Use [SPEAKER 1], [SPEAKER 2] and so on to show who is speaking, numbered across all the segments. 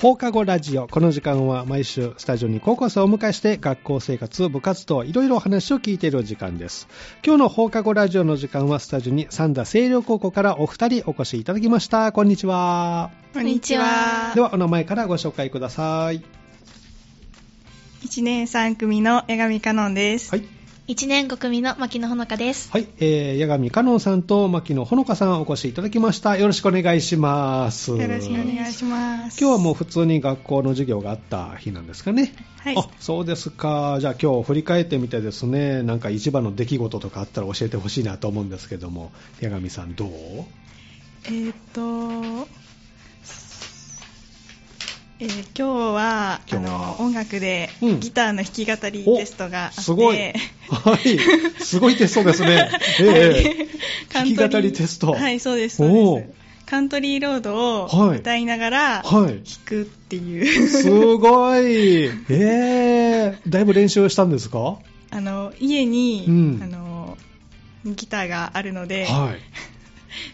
[SPEAKER 1] 放課後ラジオ。この時間は毎週スタジオに高校生をお迎えして学校生活、部活動、いろいろお話を聞いている時間です。今日の放課後ラジオの時間はスタジオに三田清涼高校からお二人お越しいただきました。こんにちは。
[SPEAKER 2] こんにちは。
[SPEAKER 1] ではお名前からご紹介ください。
[SPEAKER 3] 1年3組の江上香音です。
[SPEAKER 1] はい。
[SPEAKER 2] 1年5組の牧野ほのかです。
[SPEAKER 1] はい、えー、矢上香音さんと牧野ほのかさんお越しいただきました。よろしくお願いします。
[SPEAKER 3] よろしくお願いします。
[SPEAKER 1] 今日はもう普通に学校の授業があった日なんですかね。
[SPEAKER 3] はい。
[SPEAKER 1] あ、そうですか。じゃあ今日振り返ってみてですね、なんか一番の出来事とかあったら教えてほしいなと思うんですけども、矢上さんどう
[SPEAKER 3] えー、っと、えー、今日はあの音楽でギターの弾き語りテストがあって、うん、
[SPEAKER 1] すごい、はい、 すごいテストですね、えー、弾き語りテスト
[SPEAKER 3] はいそうですそうですカントリーロードを歌いながら弾くっていう、はい、
[SPEAKER 1] すごいえー、だいぶ練習したんですか
[SPEAKER 3] あの家に、うん、あのギターがあるので、はい、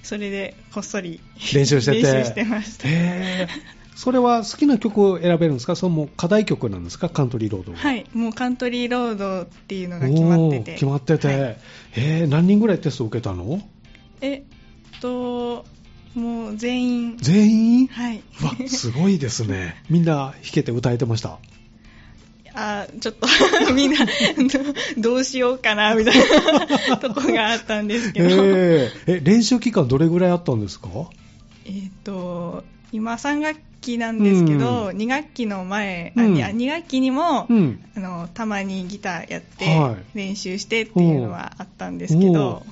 [SPEAKER 3] それでこっそり
[SPEAKER 1] 練習してて
[SPEAKER 3] 練習してました、え
[SPEAKER 1] ーそれは好きな曲を選べるんですか、その課題曲なんですか、カントリーロードは。
[SPEAKER 3] はい、もうカントリーロードっていうのが決まってて。
[SPEAKER 1] 決まってて、はい、えー、何人ぐらいテスト受けたの
[SPEAKER 3] えっと、もう全員。
[SPEAKER 1] 全員
[SPEAKER 3] はい。
[SPEAKER 1] わ、すごいですね。みんな弾けて歌えてました。
[SPEAKER 3] あちょっと みんなどうしようかなみたいなとこがあったんですけど、え
[SPEAKER 1] ー、え練習期間どれぐらいあったんですか
[SPEAKER 3] えー、っと今3学期なんですけど、うん、2学期の前、うん、2学期にも、うん、あのたまにギターやって練習してっていうのはあったんですけど、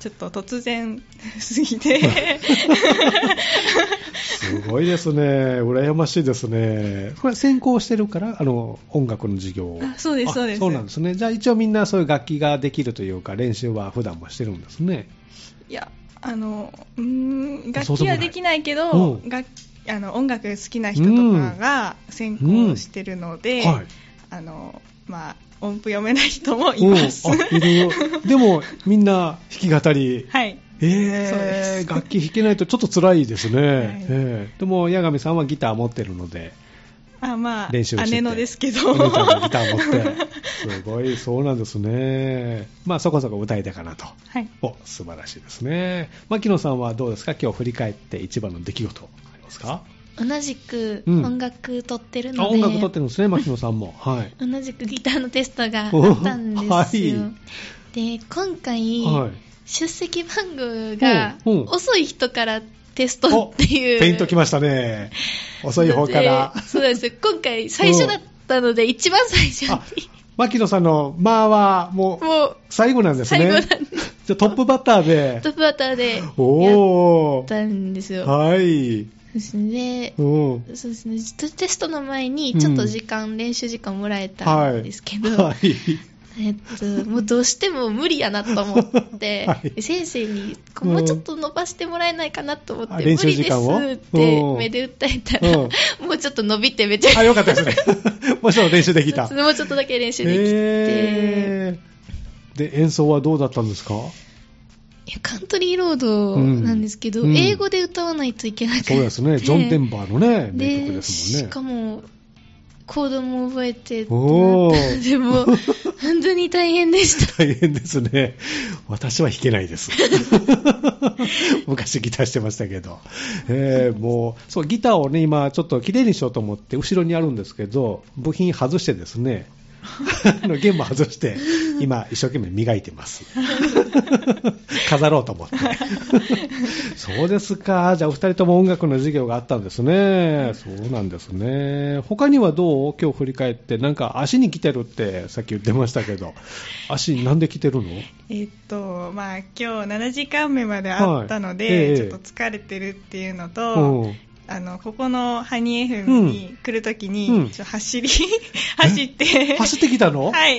[SPEAKER 3] ちょっと突然すぎ て
[SPEAKER 1] すごいですね羨ましいですねこれ専攻してるからあの音楽の授業を
[SPEAKER 3] そうですそうです
[SPEAKER 1] そうなんですねじゃあ一応みんなそういう楽器ができるというか練習は普段もしてるんですね
[SPEAKER 3] いやあのうん楽器はできないけど楽あの音楽好きな人とかが専攻してるので、うんはい、あのまあ、音符読めない人もいます。
[SPEAKER 1] でもみんな弾き語り。
[SPEAKER 3] はい。
[SPEAKER 1] えー、楽器弾けないとちょっと辛いです ね、はいえー、でも八神さんはギター持ってるので
[SPEAKER 3] あまあ
[SPEAKER 1] 練習して
[SPEAKER 3] 姉のですけど
[SPEAKER 1] ギター持って すごいそうなんですねまあそこそこ歌いたかなと、
[SPEAKER 3] はい、
[SPEAKER 1] お素晴らしいですね牧野さんはどうですか今日振り返って一番の出来事
[SPEAKER 2] 同じく音楽撮ってるので、
[SPEAKER 1] うん、音楽撮ってるんですね牧野さんも、はい、
[SPEAKER 2] 同じくギターのテストがあったんですよ、はい、で今回、はい、出席番号が遅い人からテストっていう、
[SPEAKER 1] ペイントきましたね遅い方 から
[SPEAKER 2] そうです今回最初だったので、一番最初に
[SPEAKER 1] 牧野さんの「まあ」はもう最後なんですね
[SPEAKER 2] 最後なんです
[SPEAKER 1] じゃトップバッターで
[SPEAKER 2] トップバッターでやったんですよ
[SPEAKER 1] はい
[SPEAKER 2] そうでそうですね、テストの前にちょっと時間、うん、練習時間もらえたんですけど、はいはい、えっと、もうどうしても無理やなと思って、 はい、先生にもうちょっと伸ばしてもらえないかなと思って、うん、無理ですって目で訴えたら、もうちょっと伸びてめちゃ
[SPEAKER 1] あよかったです ね、もうちょっと練習できた。
[SPEAKER 2] もうちょっとだけ練習できて、え
[SPEAKER 1] ー、で演奏はどうだったんです か
[SPEAKER 2] カントリーロードなんですけど、うん、英語で歌わないといけなくて、
[SPEAKER 1] そうですね、ジョン・デンバーのね、名曲です
[SPEAKER 2] もんね。しかも、コードも覚えて でも、本当に大変でした。
[SPEAKER 1] 大変ですね。私は弾けないです。昔ギターしてましたけど。えー、もう、そう、ギターをね、今、ちょっと綺麗にしようと思って、後ろにあるんですけど、部品外してですね、弦も外して、今、一生懸命磨いてます。飾ろうと思って。そうですか。じゃあ、お二人とも音楽の授業があったんですね。そうなんですね。他にはどう今日振り返って、なんか足に来てるってさっき言ってましたけど、足なんで来てるの
[SPEAKER 3] えっと、まあ、今日7時間目まであったので、はいええ、ちょっと疲れてるっていうのと、うんあの、ここのハニー FM に来るときに、うん、ちょ走り、 走って。
[SPEAKER 1] 走ってきたの
[SPEAKER 3] はい。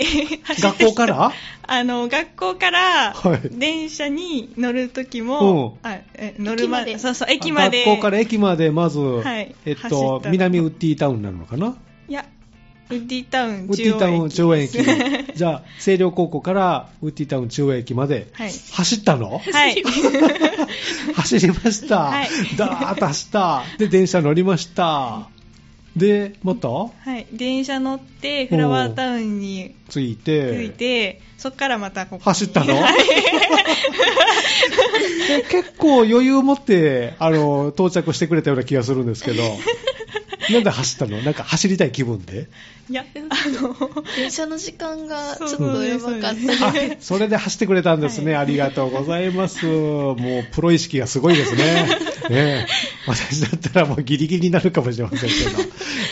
[SPEAKER 1] 学校から
[SPEAKER 3] あの、学校から、電車に乗るときも、はい、あえ乗るまで、そうそう、駅まで。
[SPEAKER 1] 学校から駅まで、まず、はい、えっと、南ウッディタウンなのかない
[SPEAKER 3] や、ウッディタウン
[SPEAKER 1] 中央駅。ウッディタウン中央 駅。じゃあ、星稜高校からウッディタウン中央駅まで、走ったの
[SPEAKER 3] はい。
[SPEAKER 1] 走りました。はい、だーっと走った。で、電車乗りました。でまた、
[SPEAKER 3] はい、電車乗ってフラワータウンに
[SPEAKER 1] つい
[SPEAKER 3] 着い
[SPEAKER 1] て
[SPEAKER 3] てそっからまたここ
[SPEAKER 1] 走ったの え結構余裕を持ってあの到着してくれたような気がするんですけ どなんで走ったのなんか走りたい気分で
[SPEAKER 3] いやあの
[SPEAKER 2] 電車の時間がちょっとやばかった
[SPEAKER 1] あ それで走ってくれたんですね、ありがとうございますもうプロ意識がすごい ですねね私だったらもうギリギリになるかもしれませんけど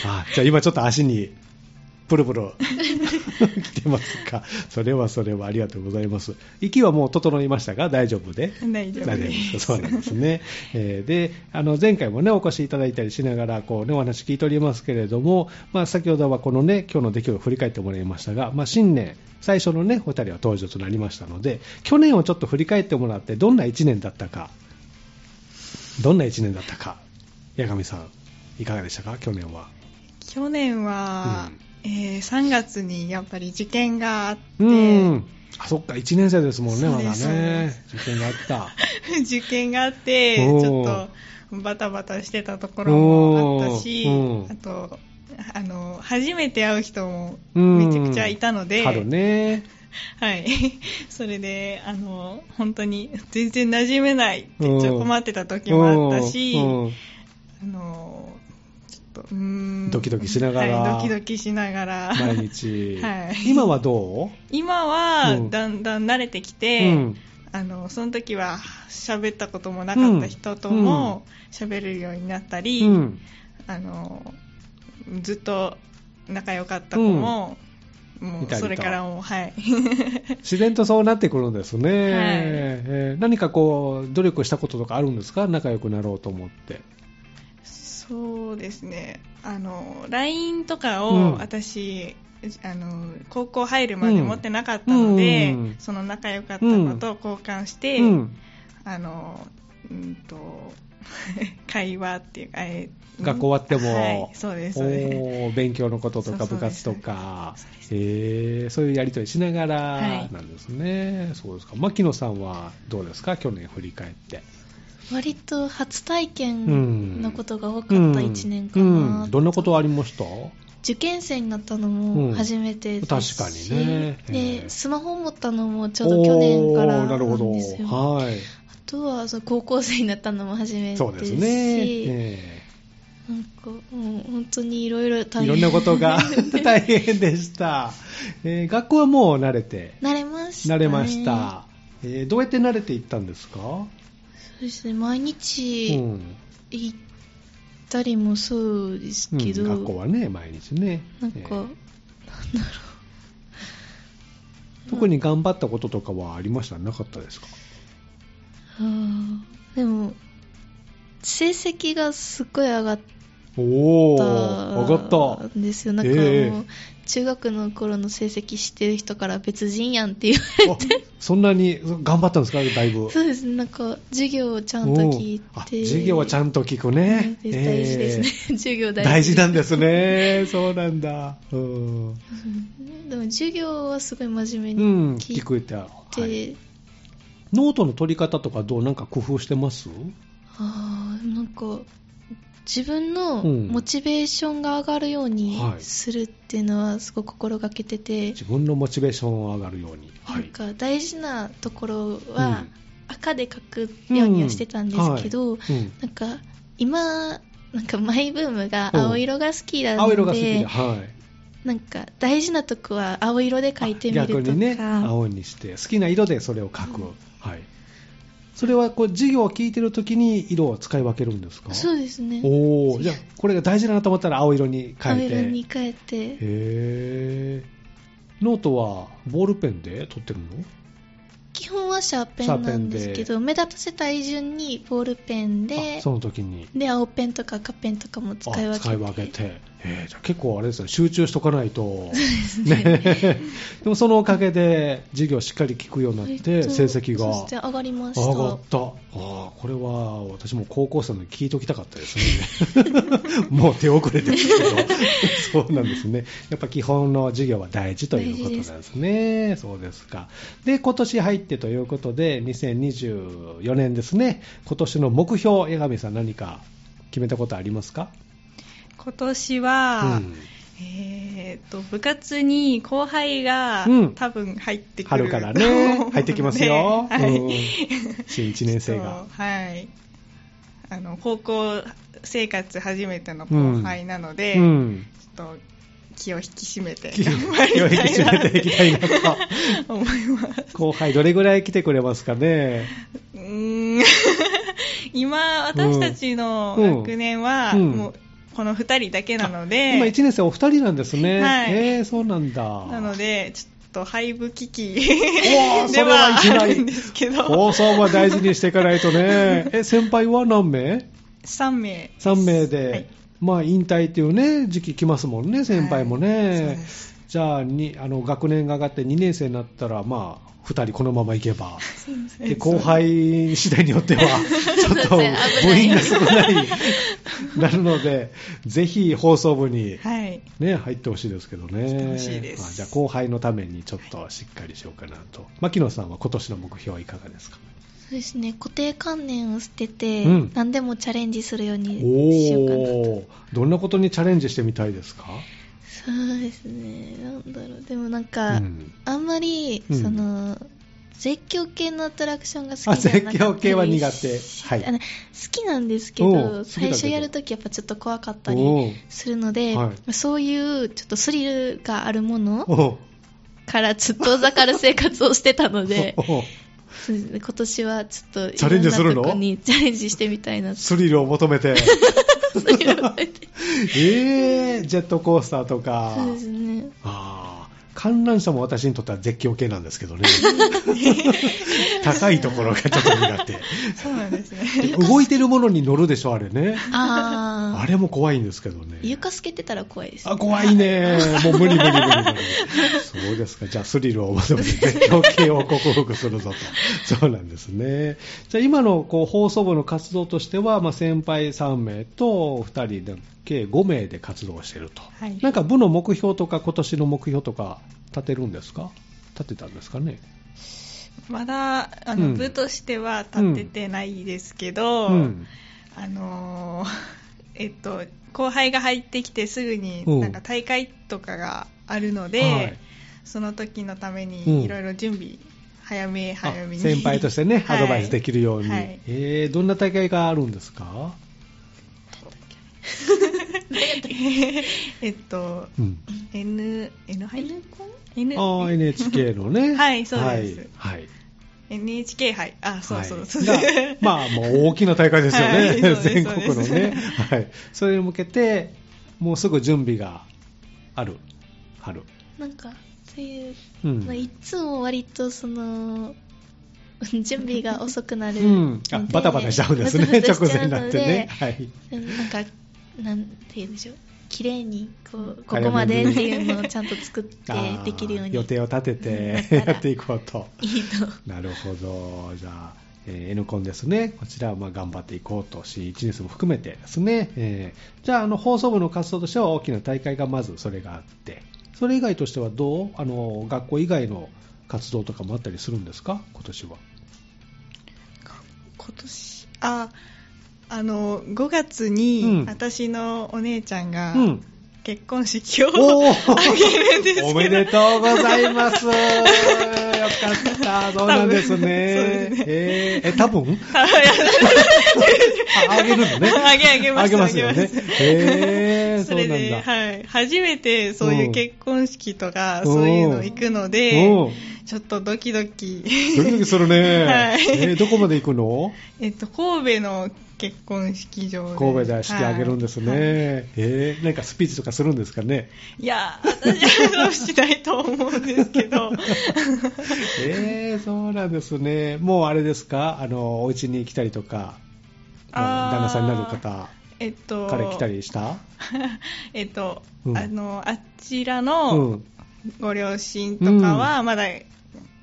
[SPEAKER 1] あじゃあ今ちょっと足にプルプ ル来てますかそれはそれはありがとうございます息はもう整いましたか大丈夫で
[SPEAKER 3] 大丈夫
[SPEAKER 1] で
[SPEAKER 3] です
[SPEAKER 1] すそうなんですね、えーであの前回もねお越しいただいたりしながらこう、ね、お話聞いておりますけれども、まあ、先ほどはこのね今日の出来事を振り返ってもらいましたが、まあ、新年最初のねお二人は登場となりましたので去年をちょっと振り返ってもらってどんな1年だったかどんな1年だったか八神さんいかがでしたか去年は
[SPEAKER 3] 去年は、えー3月にやっぱり受験があって、
[SPEAKER 1] うん、あそっか、1年生ですもんね、
[SPEAKER 3] そう
[SPEAKER 1] ま
[SPEAKER 3] です
[SPEAKER 1] だ
[SPEAKER 3] そうで
[SPEAKER 1] ね、受験があった。
[SPEAKER 3] 受験があってち
[SPEAKER 1] おー
[SPEAKER 3] ょっとバタバタしてたところもあったし
[SPEAKER 1] おーうん
[SPEAKER 3] あとあの初めて会う人も
[SPEAKER 1] うん
[SPEAKER 3] めちゃくちゃいたので、
[SPEAKER 1] 春ね、
[SPEAKER 3] はい それであの本当に全然馴染めないってちょっと困ってた時もあったし、
[SPEAKER 1] うんうん
[SPEAKER 3] あのちょっとうーん
[SPEAKER 1] ドキドキしながら
[SPEAKER 3] はいドキドキしながら
[SPEAKER 1] 毎日、
[SPEAKER 3] はい
[SPEAKER 1] 今はど
[SPEAKER 3] 今は
[SPEAKER 1] うん
[SPEAKER 3] だんだん慣れてき
[SPEAKER 1] う、
[SPEAKER 3] て、
[SPEAKER 1] うん
[SPEAKER 3] あのその時は喋ったこともなかった人とも喋るようになったり、
[SPEAKER 1] うん
[SPEAKER 3] あのずっと仲良かった子も、も
[SPEAKER 1] いたりと
[SPEAKER 3] うそれからもはい
[SPEAKER 1] 自然とそうなってくるんですね、
[SPEAKER 3] はい
[SPEAKER 1] えー何かこう努力したこととかあるんですか、仲良くなろうと思って。
[SPEAKER 3] そうですねあの LINE とか
[SPEAKER 1] うん
[SPEAKER 3] を私、あの高校入るまで持ってなかったので、
[SPEAKER 1] うん
[SPEAKER 3] その仲良かった子と交換して、
[SPEAKER 1] うん
[SPEAKER 3] あのうんと 会話っていうか、えー
[SPEAKER 1] 学校終わっても、
[SPEAKER 3] はい、そうですそうです
[SPEAKER 1] おー勉強のこととか部
[SPEAKER 3] そうそうです
[SPEAKER 1] 活とか
[SPEAKER 3] そうで、す
[SPEAKER 1] えーそういうやり取りしなが
[SPEAKER 3] は
[SPEAKER 1] ら
[SPEAKER 3] い
[SPEAKER 1] なんですね、そうですか牧野さんはどうですか、去年振り返って。
[SPEAKER 2] 割と初体験のことが多かった1年かな、
[SPEAKER 1] うんうんどんなことありました
[SPEAKER 2] 受験生になったの
[SPEAKER 1] うん
[SPEAKER 2] も初めてですし、
[SPEAKER 1] 確かにねええ
[SPEAKER 2] でスマホを持ったのもちょうど去年から
[SPEAKER 1] おーな
[SPEAKER 2] な
[SPEAKER 1] るほ
[SPEAKER 2] んですよあ
[SPEAKER 1] ど、はい、
[SPEAKER 2] とはそう高校生になったのも初めて
[SPEAKER 1] そう
[SPEAKER 2] で
[SPEAKER 1] ですす
[SPEAKER 2] し
[SPEAKER 1] ね、え
[SPEAKER 2] なんかもう本当にいろいろ
[SPEAKER 1] えいろんなことが大変でした、えー学校はもう慣れて、
[SPEAKER 2] 慣れました、ね、
[SPEAKER 1] 慣れました、えーどうやって慣れていったんですか、
[SPEAKER 2] そうですね毎
[SPEAKER 1] う
[SPEAKER 2] 日
[SPEAKER 1] ん
[SPEAKER 2] 行ったりもそうです
[SPEAKER 1] うん
[SPEAKER 2] けど、
[SPEAKER 1] 学校はね、毎日ね。
[SPEAKER 2] なん
[SPEAKER 1] え
[SPEAKER 2] か、
[SPEAKER 1] ー特に頑張ったこととかはありましたなかったですか
[SPEAKER 2] うんでも成績がすっごい上がっ
[SPEAKER 1] おお
[SPEAKER 2] た
[SPEAKER 1] 上がった
[SPEAKER 2] んですよなんかもう、
[SPEAKER 1] ええ
[SPEAKER 2] 中学の頃の成績知ってる人から別人やんっていう
[SPEAKER 1] あそんなに頑張ったんですかだいぶ
[SPEAKER 2] そうですねなんか授業をちゃんと聞い
[SPEAKER 1] おーあ
[SPEAKER 2] て
[SPEAKER 1] 授業はちゃんと聞くね
[SPEAKER 2] うん大事ですね、 授業
[SPEAKER 1] えー
[SPEAKER 2] 大事
[SPEAKER 1] 大事なんですねそうなんだうん、
[SPEAKER 2] うんでも授業はすごい真面
[SPEAKER 1] う
[SPEAKER 2] 目に
[SPEAKER 1] ん、
[SPEAKER 2] 聞い
[SPEAKER 1] 聞
[SPEAKER 2] て、
[SPEAKER 1] くって、はい、ノートの取り方とかどうなんか工夫してます
[SPEAKER 2] あーなんか自分の
[SPEAKER 1] うん
[SPEAKER 2] モチベーションが上がるように
[SPEAKER 1] はい
[SPEAKER 2] するっていうのはすごく心がけてて、
[SPEAKER 1] 自分のモチベーションを上がるようには
[SPEAKER 2] ないんか大事なところ
[SPEAKER 1] う
[SPEAKER 2] は
[SPEAKER 1] ん
[SPEAKER 2] 赤で書くようにはしてたんですけど、
[SPEAKER 1] うんはいうん
[SPEAKER 2] なんか今なんかマイブームが青色が好きな
[SPEAKER 1] 青色が
[SPEAKER 2] の
[SPEAKER 1] 好きで、
[SPEAKER 2] で
[SPEAKER 1] はい、
[SPEAKER 2] なんか大事なとこは青色で書いてみるとか
[SPEAKER 1] 逆にね青にして好きな色でそれを書く、はい、それはこう授業を聞いてるときに色を使い分けるんですか
[SPEAKER 2] そううですね
[SPEAKER 1] おおじゃあこれが大事だなと思ったら青色に変
[SPEAKER 2] 青
[SPEAKER 1] えて
[SPEAKER 2] 色に変えて
[SPEAKER 1] へーノートはボールペンで取ってるの
[SPEAKER 2] 基本はシャーペンなんですけ
[SPEAKER 1] シャー
[SPEAKER 2] ど目立たせたい順にボールペン
[SPEAKER 1] あ
[SPEAKER 2] で
[SPEAKER 1] その時に
[SPEAKER 2] で青ペンとか赤ペンとかも使い分
[SPEAKER 1] あ
[SPEAKER 2] けて
[SPEAKER 1] 使い分けて、えーじゃあ結構あれですね集中しとかないとね でもそのおかげで授業しっかり聞くようになって成績が
[SPEAKER 2] そして上がりました
[SPEAKER 1] 上がった。ああ、これは私も高校生の時聞いときたかったですね。 もう手遅れです けど。そうなんですね。やっぱ基本の授業は大事ということなんですね。そうですか。で、今年入ってということで、2024年ですね。今年の目標、江上さん何か決めたことありますか
[SPEAKER 3] 今年は、えーと、と部活に後輩が多分入ってくる、
[SPEAKER 1] 春から ね入ってきますよ、
[SPEAKER 3] はい
[SPEAKER 1] うん、新1年生が
[SPEAKER 3] はいあの高校生活初めての後輩なので、うん、ちょっと気を引き締めて気を
[SPEAKER 1] 引き締めていきたいな
[SPEAKER 3] と思います
[SPEAKER 1] 後輩どれぐらい来てくれますかね
[SPEAKER 3] うん 今私たちの学年は、うん、もうこの2人だけなので
[SPEAKER 1] 今1年生お2人なんですね、はい、えー、そうなんだ
[SPEAKER 3] なのでちょっと廃部危機
[SPEAKER 1] で
[SPEAKER 3] はあるん ですけど
[SPEAKER 1] 放送は大事にしていかないとねえ先輩は何名
[SPEAKER 3] ?3 名
[SPEAKER 1] 3名で、はい、まあ引退っていうね時期来ますもんね先輩もね、はい、じゃあにあの学年が上がって2年生になったらまあ2人このままいけ ば、で後輩次第によっては、 ちょっと部員が少ない、 なるので、ぜひ放送部に、ね入ってほしいですけどね、じゃあ後輩のためにちょっとしっかりしようかなと、牧野さんは今年の目標はいかがですか
[SPEAKER 2] そうですね固定観念を捨てて、うん、何でもチャレンジするようにしようかなと。
[SPEAKER 1] どんなことにチャレンジしてみたいですか
[SPEAKER 2] そうですね、なんだろう、でもなんか、うん、あんまり、うん、その、絶叫系のアトラクションが好きじゃな
[SPEAKER 1] て
[SPEAKER 2] く
[SPEAKER 1] 絶叫系は苦手、はい、
[SPEAKER 2] あの好きなんですけど最初やるときやっぱちょっと怖かったりするので、はい、そういうちょっとスリルがあるものからちょっと遠ざかる生活をしてた ので今年はちょっと
[SPEAKER 1] チャレンジするの
[SPEAKER 2] にチャレンジしてみたいな
[SPEAKER 1] スリルを求 めて えー、ジェットコースターとか。
[SPEAKER 2] そうですね。
[SPEAKER 1] ああ、観覧車も私にとっては絶叫系なんですけどね。 高いところがちょっと苦手。
[SPEAKER 3] そうなんですね。
[SPEAKER 1] 動いてるものに乗るでしょ、あれね。
[SPEAKER 2] あ
[SPEAKER 1] あ。あれも怖いんですけどね。
[SPEAKER 2] 床透けてたら怖いです、
[SPEAKER 1] ね、あ、怖いね。もう無理無理無理無理。 そうですか。じゃあスリルを求めて絶叫系を克服するぞ と。そうなんですね。じゃあ今のこう放送部の活動としては、まあ、先輩3名と2人で計5名で活動していると、はい、なんか部の目標とか今年の目標とか立てるんですか立てたんですかね
[SPEAKER 3] まだあの、うん、部としては立ててないですけど、うん、あのえっと後輩が入ってきてすぐになんか大会とかがあるので、うんはい、その時のためにいろいろ準備、早め早めに
[SPEAKER 1] 先輩としてね、アドバイスできるように、はい、えー、どんな大会があるんですか
[SPEAKER 3] えっと、うん、N、N 杯
[SPEAKER 2] ?N コン
[SPEAKER 1] N あ NHK のね。
[SPEAKER 3] はい、そうです。
[SPEAKER 1] はい。
[SPEAKER 3] NHK 杯。あ、そうそうそう。
[SPEAKER 1] はい、まあ、もう大きな大会ですよね。はい、 全国のね。はい。それに向けて、もうすぐ準備がある。春。、
[SPEAKER 2] なんか、そういう、うん、まあ、いつも割とその、 準備が遅くなる、うん
[SPEAKER 1] バタバタしちゃうんですね、バタバタ直前になってね。はい、
[SPEAKER 2] なんかなんて言うんでしょう綺麗にこうここまでっていうのをちゃんと作ってできるように
[SPEAKER 1] 予定を立てて やっていこうと
[SPEAKER 2] いいと
[SPEAKER 1] なるほどじゃあ、えー、N コンですねこちらはまあ頑張っていこうとし1年生も含めてですね、えー、じゃああの放送部の活動としては大きな大会がまずそれがあってそれ以外としてはどうあの学校以外の活動とかもあったりするんですか今年は
[SPEAKER 3] 今年ああの5月に私のお姉ちゃんが結婚式を、うん、挙げるんですけど
[SPEAKER 1] おめでとうございますよかったそうなんですねですねえー、え多分あげるのね
[SPEAKER 3] あげあげます
[SPEAKER 1] あげますよねへえー、
[SPEAKER 3] それではい、初めてそういう結婚式とかそういうの行くのでちょっとドキドキ
[SPEAKER 1] ドキドキするね、はいえー、どこまで行くの
[SPEAKER 3] えっと神戸の結婚式場
[SPEAKER 1] 神戸で式あげるんですね、はいはい、えー、なんかスピーチとかするんですかね
[SPEAKER 3] いや私はしないと思うんです けど
[SPEAKER 1] えー、そうなんですねもうあれですかあのお家に来たりとか旦那さんになる方
[SPEAKER 3] えっと、
[SPEAKER 1] 彼来たりした
[SPEAKER 3] えっと、うん、あのあちらのご両親とかはまだ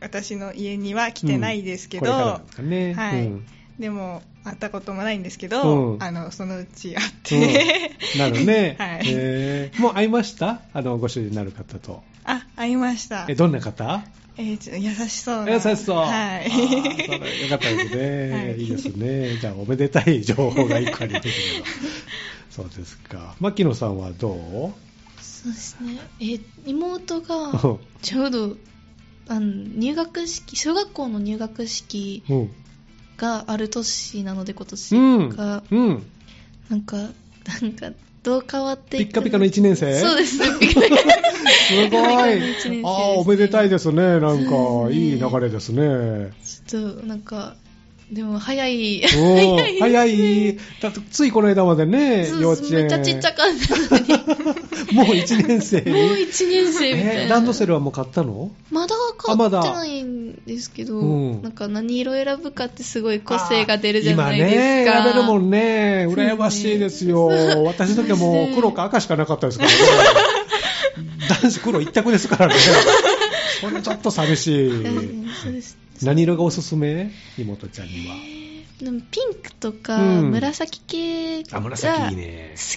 [SPEAKER 3] 私の家には来てないですけど、うん
[SPEAKER 1] うん、ですかね、
[SPEAKER 3] はい、でも会ったこともないんですけど、うん、あのそのうち会って、
[SPEAKER 1] うん、なるね、
[SPEAKER 3] はい
[SPEAKER 1] えー、もう会いましたあのご主人になる方と
[SPEAKER 3] あ会いました
[SPEAKER 1] えどんな方
[SPEAKER 3] えー、優しそうな
[SPEAKER 1] 優しそう。
[SPEAKER 3] はい。
[SPEAKER 1] あそれよかったですね、はい。いいですね。じゃあ、おめでたい情報が一個ありますけど。そ うですか。牧野さんはどう
[SPEAKER 2] そうですね。え、妹が、 ちょうど、あの入学式、小学校の入学式がある年なので、今年が、うん、うん、なんか、なんか、どう変わって
[SPEAKER 1] ピッカピカの1年生
[SPEAKER 2] そ うです。ピ
[SPEAKER 1] カピカすごい。ああ、おめでたいですね。なんか、いい流れですね。
[SPEAKER 2] ちょっと、なんか、でも 早い。
[SPEAKER 1] 早い、ね、早い。だってついこの間までね、
[SPEAKER 2] 幼稚園。めっちゃちっちゃかった のに。
[SPEAKER 1] もう1年生。
[SPEAKER 2] もう1年生みたいな。えー、
[SPEAKER 1] ランドセルはもう買ったの
[SPEAKER 2] まだ買ってないんですけど、ま、なんか何色選ぶかってすごい個性が出るじゃないです
[SPEAKER 1] か。今ね、選べるもんね。羨ましいです よ。私の時はもう黒か赤しかなかったですから ね。男子黒一択ですから ね。これちょっと寂しい。
[SPEAKER 2] そうです
[SPEAKER 1] 何色がおすすめ妹ちゃんには。
[SPEAKER 2] でもピンクとか紫系が好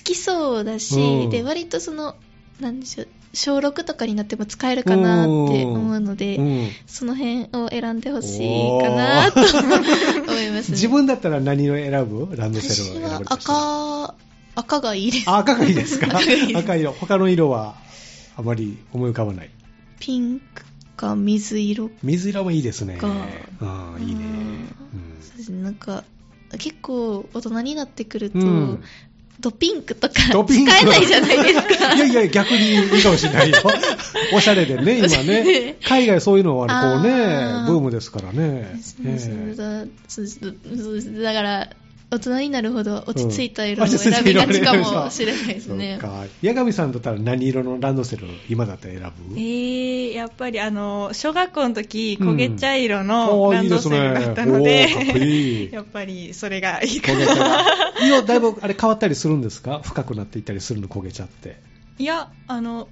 [SPEAKER 2] きそうだし、うん、で割とその、なんでしょう、小6とかになっても使えるかなって思うので、うん、その辺を選んでほしいかなと思います 、ね、
[SPEAKER 1] 自分だったら何を選ぶランドセルを選ぶ
[SPEAKER 2] 私は赤、赤がいいです。
[SPEAKER 1] 赤がいいですか赤色。他の色はあまり思い浮かばない。
[SPEAKER 2] ピンクか水色
[SPEAKER 1] 水色もいいですねあいいね、
[SPEAKER 2] うん、なんか結構大人になってくると、うん、ドピンクとか使えないじゃないです か
[SPEAKER 1] いやいや逆にいいかもしれ ないよおしゃれでね今ね海外そういうのはこうねブームですからね
[SPEAKER 2] だから大人になるほど落ち着いた色を選びがちかもしれないですね。
[SPEAKER 1] 八、う、神、ん、さんだったら何色のランドセル今だったら選ぶ
[SPEAKER 3] えー、やっぱりあの、小学校の時、焦げ茶色のランドセルだったので、うん、いい でね、やっぱりそれがいいかな。
[SPEAKER 1] 色だいぶあれ変わったりするんですか深くなっていったりするの焦げ茶って。
[SPEAKER 3] いや、あの、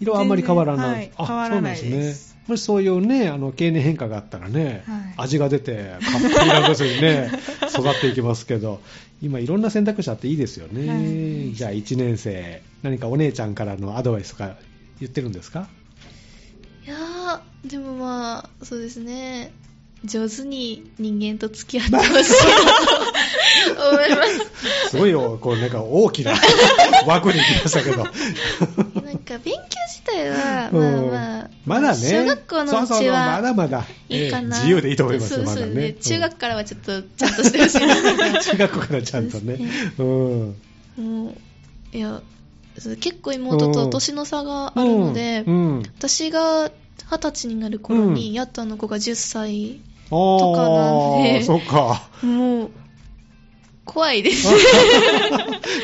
[SPEAKER 1] 色はあんまり変わらない。はい、
[SPEAKER 3] 変わらないです
[SPEAKER 1] ね。もしそういうね、あの、経年変化があったらね、はい、味が出て、カップランドセルに ね、育っていきますけど、今いろんな選択肢あっていいですよね。はい、じゃあ1年生、何かお姉ちゃんからのアドバイスとか言ってるんですか
[SPEAKER 2] いやー、でもまあ、そうですね、上手に人間と付き合ってほしいなと思います。
[SPEAKER 1] すごいよ、こうなんか大 きな枠に行きましたけど。
[SPEAKER 2] なんか勉強自体は、まあまあ、
[SPEAKER 1] まだね、
[SPEAKER 2] 小学校のうちは
[SPEAKER 1] まだまだ
[SPEAKER 2] いいかな、
[SPEAKER 1] 自由でいいと思いますよ、まだね。
[SPEAKER 2] 中学からはちょっとちゃんとしてほしいな
[SPEAKER 1] 中学からちゃんとね。うね
[SPEAKER 2] うん、もういや結構妹と年の差があるので、うんうん、私が二十歳になる頃に、うん、やっとあの子が10歳とかなんで、
[SPEAKER 1] そっか
[SPEAKER 2] もう怖いです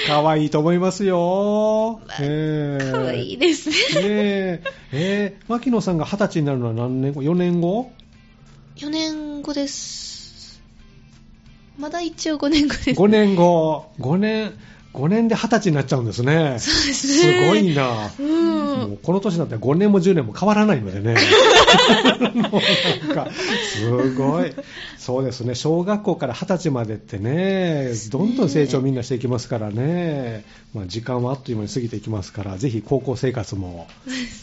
[SPEAKER 1] 可愛いと思いますよ。
[SPEAKER 2] まあ、えー、可愛いですね。
[SPEAKER 1] えー、えー、牧野さんが二十歳になるのは何年後 ?4 年後
[SPEAKER 2] ?4 年後です。まだ一応5年後です、ね。
[SPEAKER 1] 5年後。5年。5年で20歳になっちゃうんですね。
[SPEAKER 2] そうです
[SPEAKER 1] ね。すごいな。うん、もうこの年だったら5年も10年も変わらないのでね。もうなんか、すごい。そうですね。小学校から20歳までってね、どんどん成長みんなしていきますからね。まあ、時間はあっという間に過ぎていきますから、ぜひ高校生活も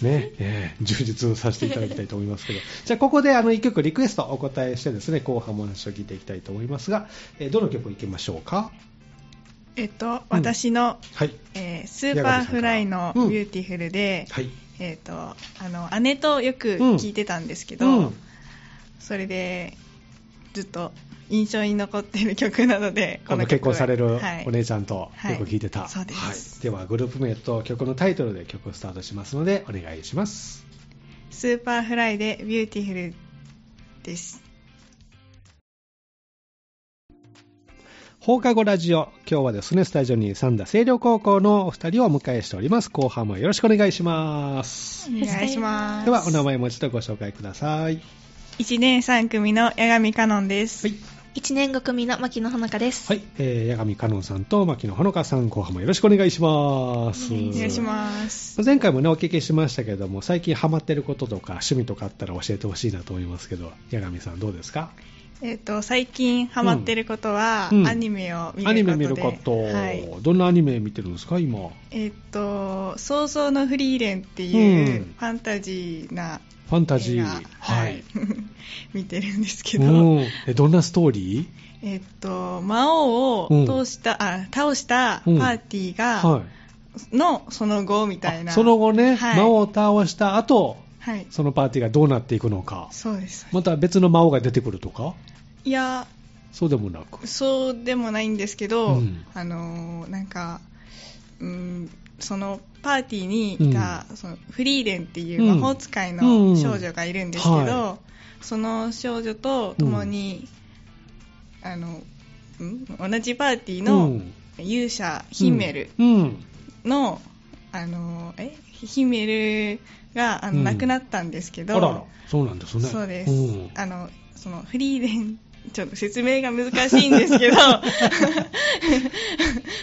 [SPEAKER 1] ね、えー、充実させていただきたいと思いますけど。じゃあ、ここであの1曲リクエストお答えしてですね、後半も話を聞いていきたいと思いますが、えー、どの曲いきましょうか
[SPEAKER 3] えっと、私の、うんはいえー、スーパーフライの「ビューティフルで」うんはい、えっ、ー、と、あの姉とよく聞いてたんですけど、うん、それでずっと印象に残っている曲なので、
[SPEAKER 1] この結婚されるお姉ちゃんとよく聞いてた、はい
[SPEAKER 3] そうです、
[SPEAKER 1] ではグループ名と曲のタイトルで曲をスタートしますのでお願いします
[SPEAKER 3] スーパーフライで「ビューティフル」です
[SPEAKER 1] 放課後ラジオ今日はですねスタジオに三田清涼高校のお二人をお迎えしております後半もよろしくお願いします
[SPEAKER 3] お願いします
[SPEAKER 1] ではお名前もう一度ご紹介ください
[SPEAKER 3] 1年3組の八神香音です、はい、
[SPEAKER 2] 1年5組の牧野穂香です
[SPEAKER 1] はい、えー、八神香音さんと牧野穂香さん後半もよろしくお願いしますお
[SPEAKER 3] 願いします
[SPEAKER 1] 前回もねお聞きしましたけども最近ハマってることとか趣味とかあったら教えてほしいなと思いますけど八神さんどうですか
[SPEAKER 3] えーと、と最近ハマってることは、
[SPEAKER 1] うん
[SPEAKER 3] アニメを見ることで
[SPEAKER 1] アニメ見ること、
[SPEAKER 3] はい
[SPEAKER 1] どんなアニメ見てるんですか、今。
[SPEAKER 3] えっ、と「創造のフリーレン」っていう、
[SPEAKER 1] うん
[SPEAKER 3] ファンタジーな
[SPEAKER 1] ファンタジ
[SPEAKER 3] 映
[SPEAKER 1] ー。
[SPEAKER 3] 画はい、 見てるんですけど、
[SPEAKER 1] うんえどんなストーリ
[SPEAKER 3] えっ、と魔王を通した、あ倒したパ
[SPEAKER 1] うん
[SPEAKER 3] ーティー
[SPEAKER 1] ー
[SPEAKER 3] が、
[SPEAKER 1] はい
[SPEAKER 3] のその後みたいな
[SPEAKER 1] あその後ね、
[SPEAKER 3] はい
[SPEAKER 1] 魔王を倒した後、
[SPEAKER 3] はい
[SPEAKER 1] そのパーティーがどうなっていくのか、
[SPEAKER 3] そうです
[SPEAKER 1] また別の魔王が出てくるとか、
[SPEAKER 3] いや
[SPEAKER 1] そうでもなく。
[SPEAKER 3] そうでもないんですけど、
[SPEAKER 1] うん
[SPEAKER 3] あのーなんか、うん、そのパーティーにいた、そのフリーレンっていう
[SPEAKER 1] うん
[SPEAKER 3] 魔法使い
[SPEAKER 1] うん
[SPEAKER 3] の少女がいるんですけど、
[SPEAKER 1] は
[SPEAKER 3] その少女と共に、あのん同じパーティー
[SPEAKER 1] う
[SPEAKER 3] の
[SPEAKER 1] ん
[SPEAKER 3] 勇者ヒメル
[SPEAKER 1] うん
[SPEAKER 3] の、あのーえヒメルがあの、
[SPEAKER 1] うん
[SPEAKER 3] 亡くなったんですけ
[SPEAKER 1] あ
[SPEAKER 3] ど
[SPEAKER 1] らら、そうなんですね。
[SPEAKER 3] そうです、
[SPEAKER 1] ん
[SPEAKER 3] あのそのフリーレンちょっと説明が難しいんで すけど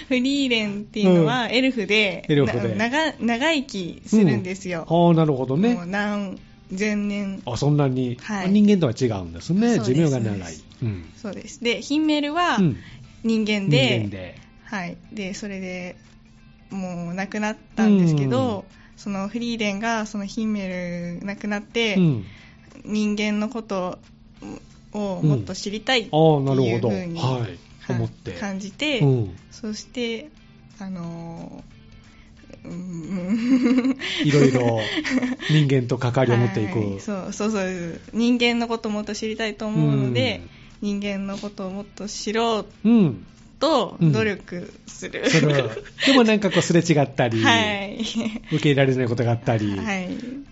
[SPEAKER 3] フリーレンっていうのはエルフで,
[SPEAKER 1] エ
[SPEAKER 3] な、
[SPEAKER 1] ルフで
[SPEAKER 3] 長長生きするんですよ、
[SPEAKER 1] ああ、なるほど
[SPEAKER 3] もう
[SPEAKER 1] ね。
[SPEAKER 3] 何千年
[SPEAKER 1] あそんなに、
[SPEAKER 3] はい
[SPEAKER 1] 人間とは違うんですね。
[SPEAKER 3] そうです
[SPEAKER 1] 寿命が長い
[SPEAKER 3] そう。
[SPEAKER 1] うん
[SPEAKER 3] そうですでヒンメルは
[SPEAKER 1] うん
[SPEAKER 3] 人間で,、
[SPEAKER 1] 人間で。
[SPEAKER 3] はい、でそれでもう亡くなったんですけど、そのフリーレンがそのヒンメル亡くなって、
[SPEAKER 1] うん
[SPEAKER 3] 人間のことをもっと知りたいって
[SPEAKER 1] ああ、な
[SPEAKER 3] い
[SPEAKER 1] る
[SPEAKER 3] う
[SPEAKER 1] ほど。
[SPEAKER 3] ふうに
[SPEAKER 1] はい。
[SPEAKER 3] か
[SPEAKER 1] 思って。
[SPEAKER 3] 感じて、
[SPEAKER 1] うん
[SPEAKER 3] そしてあの ーうん、
[SPEAKER 1] いろいろ人間と関わりを持っていく。
[SPEAKER 3] はいそうそうそうです人間のことをもっと知りたいと思うので、人間のことをもっと知ろう
[SPEAKER 1] うん。うん。
[SPEAKER 3] と
[SPEAKER 1] うん
[SPEAKER 3] 努力する、
[SPEAKER 1] そ れでもなんかこうすれ違ったり、
[SPEAKER 3] はい
[SPEAKER 1] 受け入れられないことがあったり。
[SPEAKER 3] はい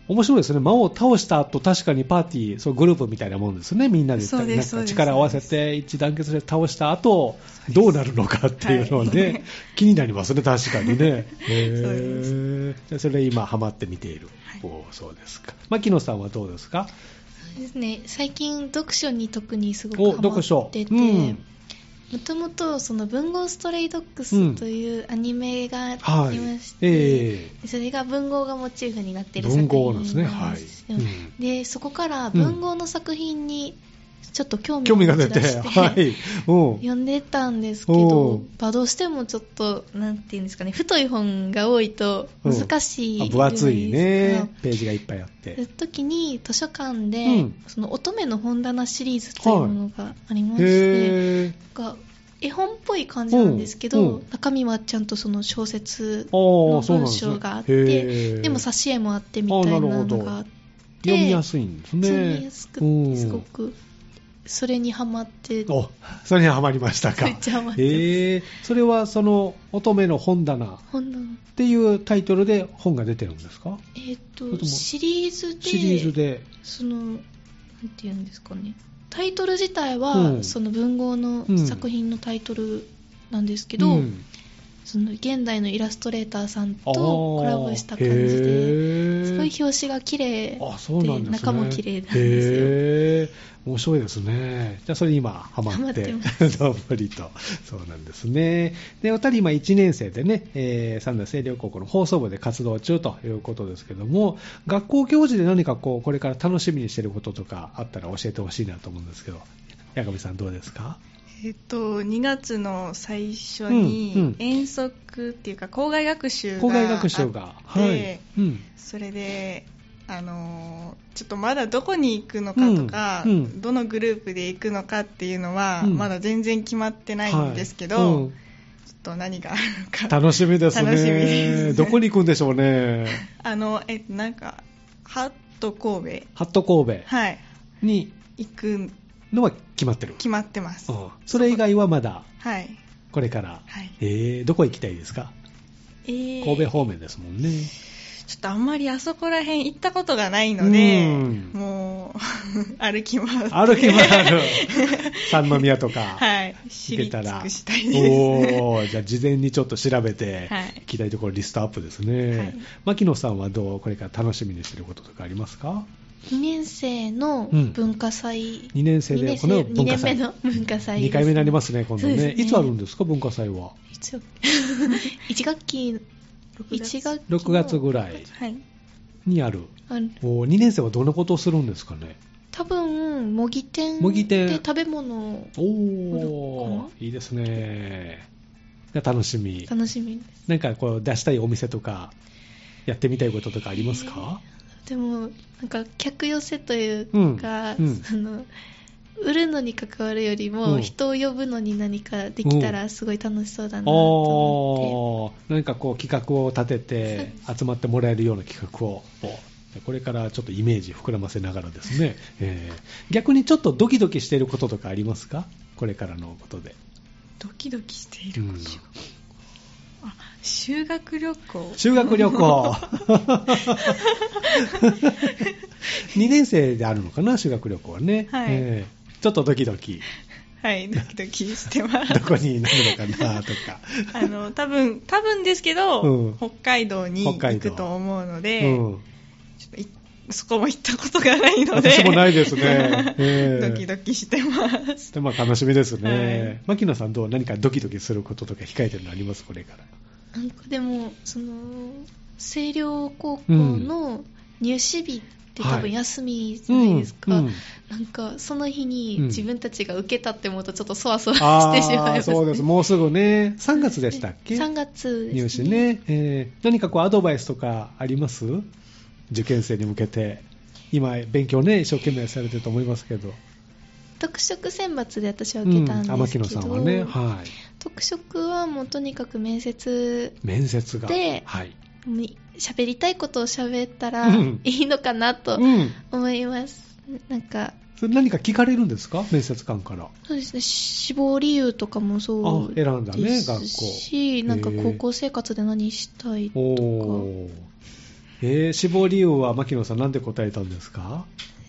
[SPEAKER 1] 面白いですね。魔王を倒した後、確かにパーティー、そうグループみたいなもんですね。みんなで
[SPEAKER 3] そうです
[SPEAKER 1] なん
[SPEAKER 3] そう
[SPEAKER 1] か
[SPEAKER 3] です
[SPEAKER 1] 力を合わせて、一致団結して倒した後、どうなるのかっていうのはね、
[SPEAKER 3] はい
[SPEAKER 1] 気になりますね、確かにね。へー
[SPEAKER 3] そうで
[SPEAKER 1] でそれ今、ハマって見ている。おーそうですか。牧野さんはどうですか
[SPEAKER 2] そうですね最近読書に特にすご
[SPEAKER 1] お、
[SPEAKER 2] くハ
[SPEAKER 1] 読
[SPEAKER 2] マ
[SPEAKER 1] 書
[SPEAKER 2] っ。てて、
[SPEAKER 1] うん
[SPEAKER 2] もともとその文豪ストレイドッグスというアニメがあ
[SPEAKER 1] は
[SPEAKER 2] り
[SPEAKER 1] い
[SPEAKER 2] まし。て、
[SPEAKER 1] え
[SPEAKER 2] それが文豪がモチーフになって
[SPEAKER 1] え
[SPEAKER 2] いる作品
[SPEAKER 1] 文豪なんですね。
[SPEAKER 2] なん
[SPEAKER 1] は
[SPEAKER 2] です
[SPEAKER 1] い。
[SPEAKER 2] よ
[SPEAKER 1] うん
[SPEAKER 2] でそこから文豪の作品にちょっと興味
[SPEAKER 1] 興味が出
[SPEAKER 2] 持ち
[SPEAKER 1] て、
[SPEAKER 2] 出して
[SPEAKER 1] はい。うん。
[SPEAKER 2] 読んでたんですけ
[SPEAKER 1] お
[SPEAKER 2] ど
[SPEAKER 1] う、
[SPEAKER 2] まあどうしてもちょっと、なんていうんですかね、太い本が多いと難し
[SPEAKER 1] あ
[SPEAKER 2] い。
[SPEAKER 1] 分厚いね。。ページがいっぱいあっ
[SPEAKER 2] そ
[SPEAKER 1] て
[SPEAKER 2] う。時に図書館で、
[SPEAKER 1] うん
[SPEAKER 2] その乙女の本棚シリーズというものがありまして、
[SPEAKER 1] へえ。
[SPEAKER 2] なんか絵本っぽい感じなんですけど、
[SPEAKER 1] うんうん
[SPEAKER 2] 中身はちゃんとその小説
[SPEAKER 1] あー
[SPEAKER 2] の
[SPEAKER 1] そうなん
[SPEAKER 2] 文
[SPEAKER 1] ですね
[SPEAKER 2] 章があっ
[SPEAKER 1] へ
[SPEAKER 2] て、
[SPEAKER 1] ー
[SPEAKER 2] でも挿絵もあってみたいな
[SPEAKER 1] あーなるほど
[SPEAKER 2] のがあって、
[SPEAKER 1] 読みやすいんですね。
[SPEAKER 2] 読みやすく
[SPEAKER 1] うん
[SPEAKER 2] て、すごく、それにハマって、
[SPEAKER 1] お、それにはまりましたか。
[SPEAKER 2] めっちゃハマってます
[SPEAKER 1] ええそれはその乙女の本棚っ
[SPEAKER 2] 本棚
[SPEAKER 1] ていうタイトルで本が出てるんですか
[SPEAKER 2] えっ、
[SPEAKER 1] それと
[SPEAKER 2] と
[SPEAKER 1] も
[SPEAKER 2] シリーズで
[SPEAKER 1] シリーズで。
[SPEAKER 2] そのなんていうんですかねタイトル自体は、
[SPEAKER 1] うん
[SPEAKER 2] その文豪の
[SPEAKER 1] うん
[SPEAKER 2] 作品のタイトルなんですけど、
[SPEAKER 1] うん
[SPEAKER 2] その現代のイラストレーターさん
[SPEAKER 1] あ
[SPEAKER 2] と
[SPEAKER 1] ー
[SPEAKER 2] コラボした感じで
[SPEAKER 1] へえ
[SPEAKER 2] すごい表紙が綺麗
[SPEAKER 1] あ、そうなんですね。
[SPEAKER 2] 中も綺麗なんですよ
[SPEAKER 1] へえ面白いですね。じゃあ、それに今、ハマ
[SPEAKER 2] ハマ
[SPEAKER 1] っ
[SPEAKER 2] っててま、
[SPEAKER 1] どっぷりと。そうなんですね。で、お二人、今、1年生でね、えー、三田清涼高校の放送部で活動中ということですけども、学校行事で何かこう、これから楽しみにしていることとかあったら教えてほしいなと思うんですけど、八神さん、どうですか
[SPEAKER 3] えっと2月の最初
[SPEAKER 1] うんうん
[SPEAKER 3] に遠足っていうか校外学習が
[SPEAKER 1] 校外学習が。
[SPEAKER 3] あって
[SPEAKER 1] い。うん。
[SPEAKER 3] それで、あのーちょっとまだどこに行くのかとか、
[SPEAKER 1] うんうん
[SPEAKER 3] どのグループで行くのかっていうのは、
[SPEAKER 1] うん
[SPEAKER 3] まだ全然決まってないんですけど、
[SPEAKER 1] はいうん
[SPEAKER 3] ちょっと何があるのか。
[SPEAKER 1] 楽しみですね。
[SPEAKER 3] 楽しみですね
[SPEAKER 1] どこに行くんでしょう ね。
[SPEAKER 3] あの、え、なんか、ハット神戸、
[SPEAKER 1] ハット神戸
[SPEAKER 3] はい、
[SPEAKER 1] に
[SPEAKER 3] 行く、
[SPEAKER 1] のは決まってる。
[SPEAKER 3] 決まってます。
[SPEAKER 1] うんそれ以外はまだ
[SPEAKER 3] はい。
[SPEAKER 1] これから、
[SPEAKER 3] はい。
[SPEAKER 1] えー、どこ行きたいですか
[SPEAKER 3] えー
[SPEAKER 1] 神戸方面ですもんね、
[SPEAKER 3] ちょっとあんまりあそこら辺行ったことがないので、
[SPEAKER 1] うん
[SPEAKER 3] もう、歩きます。
[SPEAKER 1] 歩き回 る三宮とか、
[SPEAKER 3] はい。知
[SPEAKER 1] 行け
[SPEAKER 3] り
[SPEAKER 1] た
[SPEAKER 3] 尽
[SPEAKER 1] ら
[SPEAKER 3] くしたいです。
[SPEAKER 1] おーじゃあ事前にちょっと調べて、
[SPEAKER 3] はい
[SPEAKER 1] 行きたいところリストアップですね、
[SPEAKER 3] はい
[SPEAKER 1] 牧野さんはどうこれから楽しみにしてることとかありますか
[SPEAKER 2] 2年生の
[SPEAKER 1] うん
[SPEAKER 2] 文化祭、
[SPEAKER 1] 2年生
[SPEAKER 2] 二
[SPEAKER 1] で
[SPEAKER 2] 年
[SPEAKER 1] こ
[SPEAKER 2] 生
[SPEAKER 1] の文化
[SPEAKER 2] 二
[SPEAKER 1] 祭
[SPEAKER 2] 年目の文化祭
[SPEAKER 1] 2回目になり ますね今度
[SPEAKER 2] そう
[SPEAKER 1] ね
[SPEAKER 2] ですね
[SPEAKER 1] いつあるんですか文化祭は
[SPEAKER 2] す1学期1学期の
[SPEAKER 1] 6月ぐらい
[SPEAKER 3] はい。
[SPEAKER 1] にある
[SPEAKER 2] あの
[SPEAKER 1] お2年生はどんなことをするんですかね
[SPEAKER 2] 多分模擬店で食べ物を
[SPEAKER 1] おいいですね楽しみ
[SPEAKER 2] 楽しみです
[SPEAKER 1] なんかこう出したいお店とかやってみたいこととかありますか、
[SPEAKER 2] えー、でもなんか客寄せというか、うんうん、その売るのに関わるよりも、人を呼ぶのに何かできたらすごい楽しそうだなと思。
[SPEAKER 1] って、何、うん、かこう企画を立てて集まってもらえるような企画をこれからちょっとイメージ膨らませながらですね、えー、逆にちょっとドキドキしていることとかありますかこれからのことで
[SPEAKER 3] ドキドキしていること、うん、あ修学旅行
[SPEAKER 1] 修学旅 行2年生であるのかな修学旅行はね、
[SPEAKER 3] はいえ
[SPEAKER 1] ーちょっとドキドキ。
[SPEAKER 3] はい、ドキドキして ます。
[SPEAKER 1] どこになるのかなとか。
[SPEAKER 3] あの、多分、多分ですけど、うん、北海道に行くと思うので、うん、そこも行ったことがないので。
[SPEAKER 1] 私もないです ね。え
[SPEAKER 3] ー、ドキドキしてます。
[SPEAKER 1] でも楽しみですね。はい、牧野さんどう何かドキドキすることとか控えてるのありますこれから
[SPEAKER 2] なんかでも、その、星稜高校の入試日、うん多分休みじゃないですか、はいうん、なんかその日に自分たちが受けたって思うとちょっとそわそわ してしまいます、ね、
[SPEAKER 1] そうですもうすぐね3月でしたっけ
[SPEAKER 2] 3月、
[SPEAKER 1] ね、入試ね、えー、何かこうアドバイスとかあります受験生に向けて今勉強ね一生懸命されてると思いますけど
[SPEAKER 2] 特色選抜で私は受けたんですけど、うん、天
[SPEAKER 1] 野さんはね、はい、
[SPEAKER 2] 特色はもうとにかく面接
[SPEAKER 1] 面接が
[SPEAKER 2] で、
[SPEAKER 1] はい、
[SPEAKER 2] 喋りたいことを喋ったらいいのかなと思います。うんうん、なんか
[SPEAKER 1] それ何か聞かれるんですか面接官から。
[SPEAKER 2] そうですね。志望理由とかもそう
[SPEAKER 1] 選んだね、学校。
[SPEAKER 2] し、なんか高校生活で何したいとか。
[SPEAKER 1] えー、志望理由は牧野さんなんで答えたんですか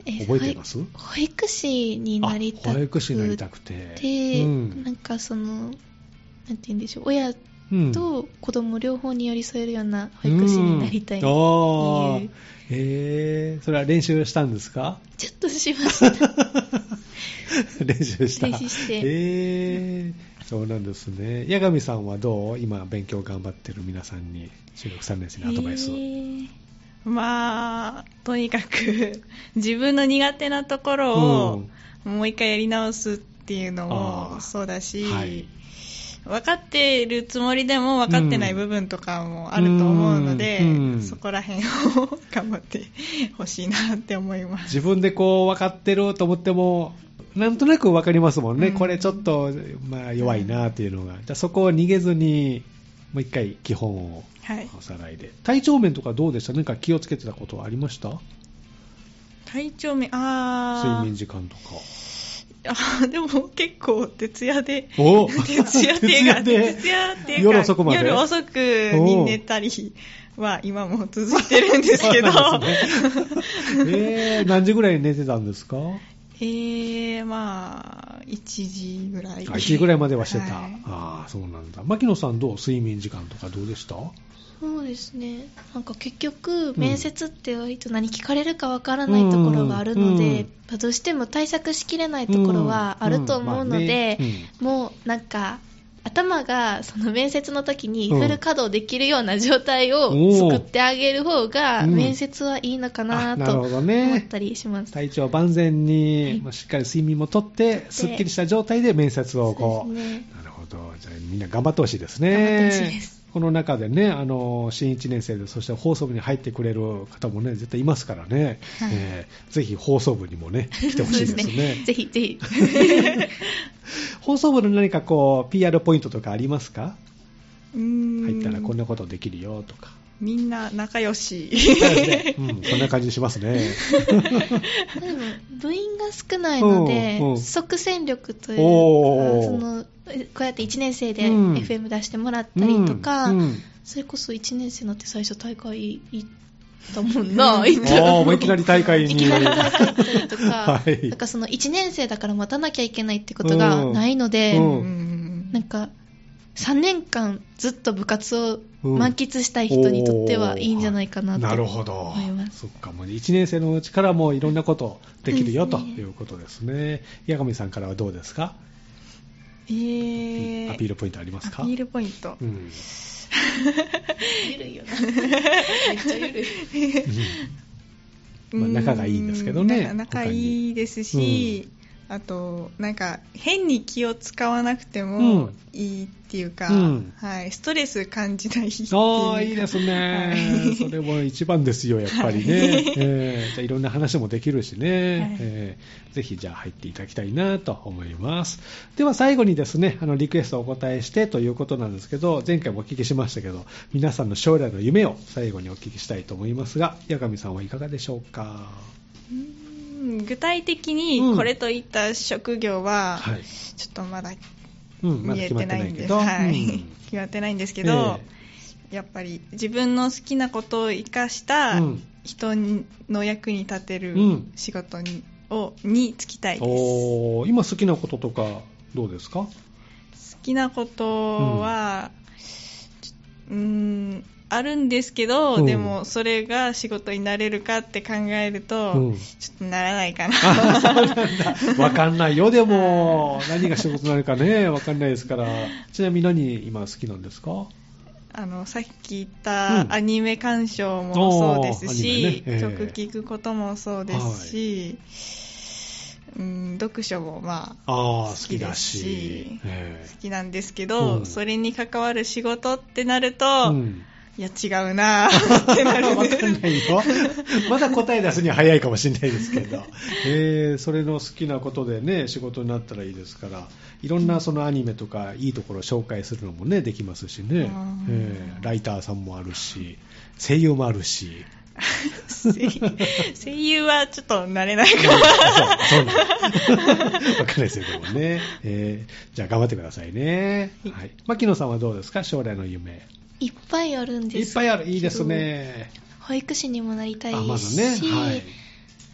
[SPEAKER 1] 覚えてます
[SPEAKER 2] 保育士になりたくて。
[SPEAKER 1] 保育士になりたくて。
[SPEAKER 2] で、うん、なんかその、なんて言うんでしょう。親うん、と子供両方に寄り添えるような保育士になりたいっていう、うん、
[SPEAKER 1] えー、それは練習したんですか
[SPEAKER 2] ちょっとしました
[SPEAKER 1] 練習した
[SPEAKER 2] 練習して
[SPEAKER 1] えー、そうなんですね八神さんはどう今勉強頑張ってる皆さんに中学3年生にアドバイスを、えー、
[SPEAKER 3] まあとにかく 自分の苦手なところを、うん、もう一回やり直すっていうのもそうだし、はい分かっているつもりでも分かってない部分とかもあると思うので、うんうんうん、そこら辺を頑張ってほしいなって思います
[SPEAKER 1] 自分でこう分かってると思ってもなんとなく分かりますもんね、これちょっと、まあ、弱いなっていうのが、じゃそこを逃げずにもう一回基本をおさらいで、はい、体調面とかどうでした何か気をつけてたことはありました
[SPEAKER 3] 体調面あ
[SPEAKER 1] 睡眠時間とか
[SPEAKER 3] あでも結構徹夜で、
[SPEAKER 1] お
[SPEAKER 3] 徹夜で が、徹夜で
[SPEAKER 1] 夜遅くまで
[SPEAKER 3] 夜遅くに寝たりは今も続いてるんですけど。ね、
[SPEAKER 1] えー、何時ぐらい寝てたんですか
[SPEAKER 3] えー、まあ、1時ぐらい。1
[SPEAKER 1] 時ぐらいまではしてた。はい、ああ、そうなんだ。牧野さんどう睡眠時間とかどうでした
[SPEAKER 2] そうですね。なんか結局、面接って割と何聞かれるかわからないところがあるので、うん、どうしても対策しきれないところはあると思うので、うんうんまあね、もうなんか、頭がその面接の時にフル稼働できるような状態を作ってあげる方が面接はいいのかなと思ったりします、うんね、
[SPEAKER 1] 体調万全に、はい、しっかり睡眠もとってすっきりした状態で面接をこう、ね、なるほどじゃあみんな頑張ってほしいですね
[SPEAKER 2] 頑張ってほしいです
[SPEAKER 1] この中でね、あの新1年生で、そして放送部に入ってくれる方もね、絶対いますからね、はい、えー、ぜひ放送部にもね、来てほしいですね。すね
[SPEAKER 2] ぜひぜひ
[SPEAKER 1] 放送部の何かこう、PR ポイントとかありますか入ったらこんなことできるよとか。
[SPEAKER 3] みんな仲良し。
[SPEAKER 1] うん、そんな感じしますね。
[SPEAKER 2] でも、部員が少ないので、うんうん、即戦力というか、その、こうやって1年生で FM 出してもらったりとか、うんうん、それこそ1年生になって最初大会行ったもんな、
[SPEAKER 1] 行ったもいきなり大会に。
[SPEAKER 2] いきなり大会行ったりとか、はい、なんかその1年生だから待たなきゃいけないってことがないので、うん、なんか、3年間ずっと部活を満喫したい人にとってはいいんじゃないかなと思います。うんはい、なるほど。
[SPEAKER 1] そっか、もう1年生のうちからもういろんなことできるよ、ね、ということですね。八神さんからはどうですか
[SPEAKER 3] えー、
[SPEAKER 1] アピールポイントありますか
[SPEAKER 3] アピールポイント。うん、
[SPEAKER 2] ゆるいよな。めっちゃゆるい。
[SPEAKER 1] まあ、仲がいいんですけどね
[SPEAKER 3] 仲いいですし、うん、あとなんか変に気を使わなくてもいいっていうか、うん、はい、ストレス感じない
[SPEAKER 1] ああいいですね、はい、それも一番ですよやっぱりね、はい、えー、じゃいろんな話もできるしね、はい、えー、ぜひじゃあ入っていただきたいなと思いますでは最後にですねあのリクエストをお答えしてということなんですけど前回もお聞きしましたけど皆さんの将来の夢を最後にお聞きしたいと思いますが八神さんはいかがでしょうか
[SPEAKER 3] 具体的にこれといった職業は、うん、ちょっとまだ見えてないんです、うんま、はい、うん、 決まってないんですけど、えー、やっぱり自分の好きなことを生かした人の役に立てる仕事に,、をに就きたいです
[SPEAKER 1] お今好きなこととかどうですか好
[SPEAKER 3] きなことは、うんあるんですけど、うん、でもそれが仕事になれるかって考えると、うん、ちょっとならないか な
[SPEAKER 1] わかんないよでも何が仕事になるかねわかんないですからちなみに何今好きなんですか
[SPEAKER 3] あのさっき言ったアニメ鑑賞もそうですし、うんねえー、曲聴くこともそうですし、はい、うん、読書もまあ好きだし、えー、好きなんですけど、それに関わる仕事ってなると、いや、違う なぁ、ってなる、ね。
[SPEAKER 1] わかんないよ。 まだ答え出すには早いかもしれないですけ ど。えー、それの好きなことでね、仕事になったらいいですから、いろんなそのアニメとか、いいところを紹介するのもね、できますしね。えー、ライターさんもあるし、声優もあるし。
[SPEAKER 3] 声優はちょっと慣れないかも
[SPEAKER 1] そう、そうなんわかんないですよ、でもね。えー、じゃあ頑張ってくださいね。はい。牧野さんはどうですか将来の夢。
[SPEAKER 2] いっぱいあるんで
[SPEAKER 1] い
[SPEAKER 2] す
[SPEAKER 1] っぱいあるいいですね
[SPEAKER 2] 保育士にもなりたいし、まずねはい、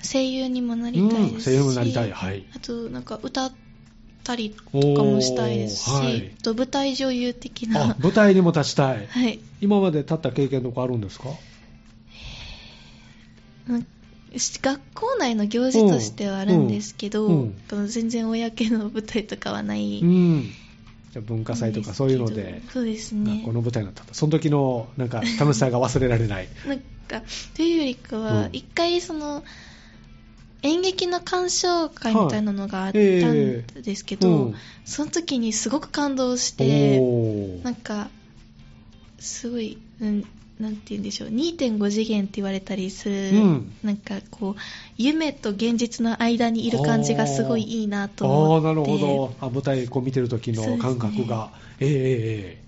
[SPEAKER 2] 声優にもなりたいですし、
[SPEAKER 1] うん、声優もなりたい、はい、
[SPEAKER 2] あとなんか歌ったりとかもしたいですし、はい、と舞台女優的な
[SPEAKER 1] 舞台にも立ちたい、
[SPEAKER 2] はい、
[SPEAKER 1] 今まで立った経験とかあるんですか、
[SPEAKER 2] えー学校内の行事としてはあるんですけど、うんうん、全然公の舞台とかはない、
[SPEAKER 1] うん文化祭とかそういうので、
[SPEAKER 2] そうですね。
[SPEAKER 1] この舞台になった。その時のなんか楽しさが忘れられない。
[SPEAKER 2] なんかというよりかは、一、うん、回その演劇の鑑賞会みたいなのがあったんですけど、はいえーうん、その時にすごく感動して、なんかすごい、うん、なんて言うんでしょう2.5次元って言われたりする、うん、なんかこう夢と現実の間にいる感じがすごいいいなと思って
[SPEAKER 1] あなるほどあ舞台こう見てる時の感覚が、ね、えー、え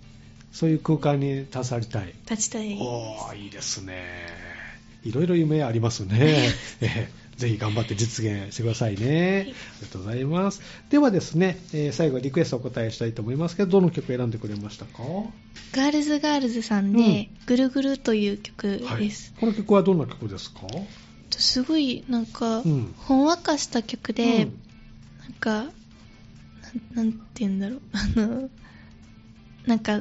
[SPEAKER 1] ー、そういう空間に立さりたい
[SPEAKER 2] 立ちたい
[SPEAKER 1] おいいですねいろいろ夢ありますね、 えーぜひ頑張って実現してくださいね。ありがとうございます。ではですね、えー、最後リクエストお答えしたいと思いますけど、どの曲選んでくれましたか
[SPEAKER 2] ガールズガールズさんで、うん、ぐるぐるという曲です、
[SPEAKER 1] はい、この曲はどんな曲ですか
[SPEAKER 2] すごいなんか、うん、ほんわかした曲で、うん、なんかな、なんて言うんだ ろう。あの、なんか、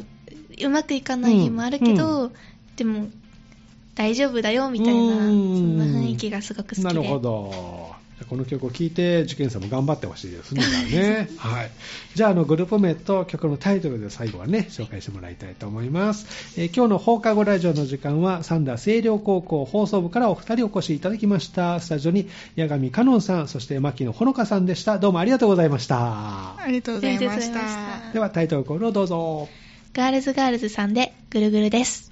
[SPEAKER 2] うまくいかない日もあるけど、でも、大丈夫だよみたいな、そんな雰囲気がすごく好きで
[SPEAKER 1] なるほど。この曲を聴いて受験生も頑張ってほしいですね。 ねはい、じゃああのグループ名と曲のタイトルで最後はね紹介してもらいたいと思います、えー、今日の放課後ラジオの時間は三田清涼高校放送部からお二人お越しいただきましたスタジオに八神香音さんそして牧野ほのかさんでしたどうもありがとうございました
[SPEAKER 3] ありがとうございました
[SPEAKER 2] で
[SPEAKER 1] はタイトルコールをどうぞ
[SPEAKER 2] ガールズガールズさんでぐるぐるです